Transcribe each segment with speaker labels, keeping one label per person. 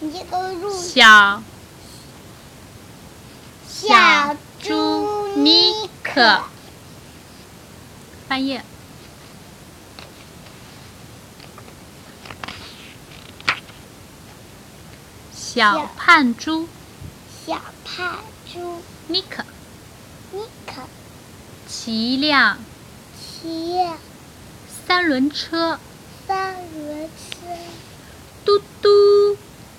Speaker 1: 你这个路
Speaker 2: 小
Speaker 1: 小
Speaker 2: 猪
Speaker 1: 猪
Speaker 2: 妮
Speaker 1: 妮
Speaker 2: 可
Speaker 1: 可，
Speaker 2: 翻页。小
Speaker 1: 小
Speaker 2: 胖猪
Speaker 1: 小胖猪
Speaker 2: 尼克
Speaker 1: 妮可
Speaker 2: 骑一辆
Speaker 1: 骑
Speaker 2: 三轮车，
Speaker 1: 三轮车，
Speaker 2: 嘟嘟，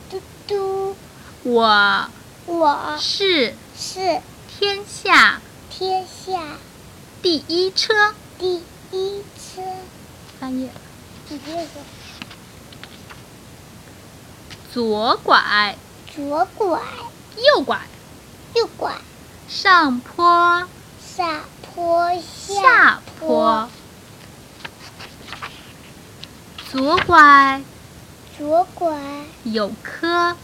Speaker 1: 嘟嘟，
Speaker 2: 我
Speaker 1: 我
Speaker 2: 是
Speaker 1: 是
Speaker 2: 天下
Speaker 1: 天下
Speaker 2: 第一车。
Speaker 1: 第一车。
Speaker 2: 翻页，
Speaker 1: 你这个
Speaker 2: 左拐，
Speaker 1: 左拐，
Speaker 2: 右拐，
Speaker 1: 右拐，
Speaker 2: 上坡，
Speaker 1: 上坡
Speaker 2: 下坡
Speaker 1: 坡，。
Speaker 2: 左拐
Speaker 1: 左拐
Speaker 2: 有棵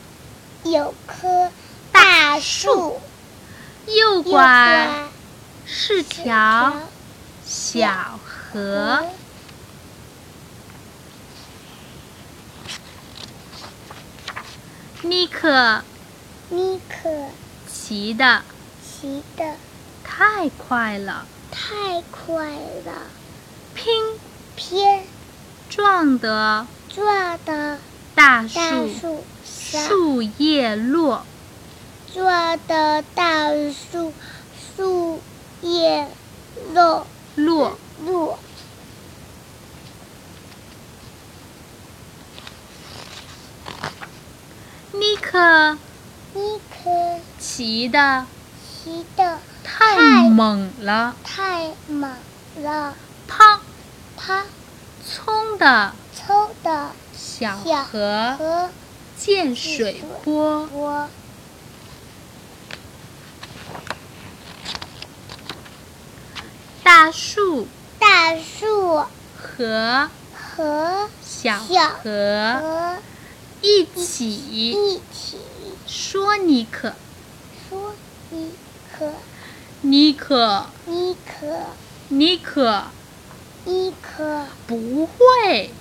Speaker 1: 有棵
Speaker 2: 大
Speaker 1: 大
Speaker 2: 树，
Speaker 1: 树，
Speaker 2: 右
Speaker 1: 右
Speaker 2: 拐是
Speaker 1: 是
Speaker 2: 条
Speaker 1: 条
Speaker 2: 小河。尼克
Speaker 1: 妮可
Speaker 2: 骑的
Speaker 1: 骑得
Speaker 2: 太快了，
Speaker 1: 太快了，
Speaker 2: 拼
Speaker 1: 偏
Speaker 2: 撞得
Speaker 1: 撞的
Speaker 2: 大
Speaker 1: 大
Speaker 2: 树
Speaker 1: 树上，
Speaker 2: 树叶落，
Speaker 1: 撞的大树树叶落
Speaker 2: 落
Speaker 1: 落。
Speaker 2: 尼克
Speaker 1: 妮可
Speaker 2: 骑的
Speaker 1: 骑得
Speaker 2: 太猛了，
Speaker 1: 太猛了，
Speaker 2: 砰！
Speaker 1: 它
Speaker 2: 冲的
Speaker 1: 抽的
Speaker 2: 小
Speaker 1: 小
Speaker 2: 河
Speaker 1: 和
Speaker 2: 溅水坡，
Speaker 1: 我
Speaker 2: 大树
Speaker 1: 大树
Speaker 2: 和
Speaker 1: 和
Speaker 2: 小
Speaker 1: 小
Speaker 2: 河
Speaker 1: 和
Speaker 2: 一起
Speaker 1: 一起
Speaker 2: 说尼克，
Speaker 1: 说妮可
Speaker 2: 尼克，
Speaker 1: 妮可
Speaker 2: 尼克
Speaker 1: 妮可
Speaker 2: 不会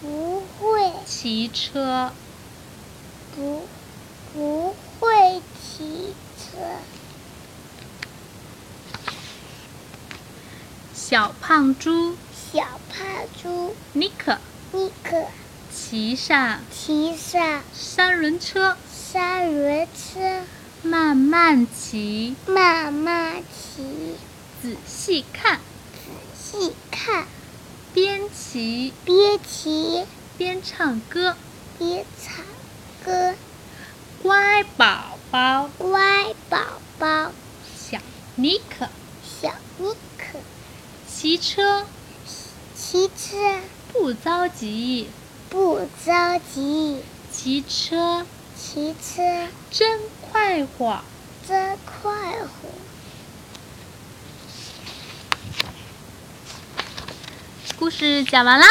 Speaker 1: 不会
Speaker 2: 骑车，
Speaker 1: 不不会骑车，
Speaker 2: 小胖猪
Speaker 1: 小胖猪
Speaker 2: 尼克
Speaker 1: 妮可
Speaker 2: 骑上
Speaker 1: 骑上
Speaker 2: 三轮车，
Speaker 1: 三轮车，
Speaker 2: 慢慢骑，
Speaker 1: 慢慢骑，
Speaker 2: 仔细看，
Speaker 1: 细看，
Speaker 2: 边骑
Speaker 1: 别骑，
Speaker 2: 边唱歌，
Speaker 1: 别唱歌，
Speaker 2: 乖宝宝，
Speaker 1: 乖宝宝，
Speaker 2: 小尼克
Speaker 1: 小妮可
Speaker 2: 骑车
Speaker 1: 骑车
Speaker 2: 不着急，
Speaker 1: 不着急，
Speaker 2: 骑车
Speaker 1: 骑车
Speaker 2: 真快活。
Speaker 1: 真快活。
Speaker 2: 故事讲完啦。